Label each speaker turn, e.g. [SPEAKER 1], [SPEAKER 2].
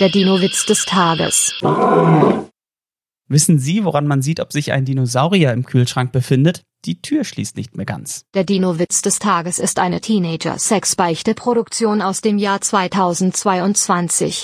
[SPEAKER 1] Der Dino-Witz des Tages.
[SPEAKER 2] Wissen Sie, woran man sieht, ob sich ein Dinosaurier im Kühlschrank befindet? Die Tür schließt nicht mehr ganz.
[SPEAKER 1] Der Dino-Witz des Tages ist eine Teenager-Sex-Beichte-Produktion aus dem Jahr 2022.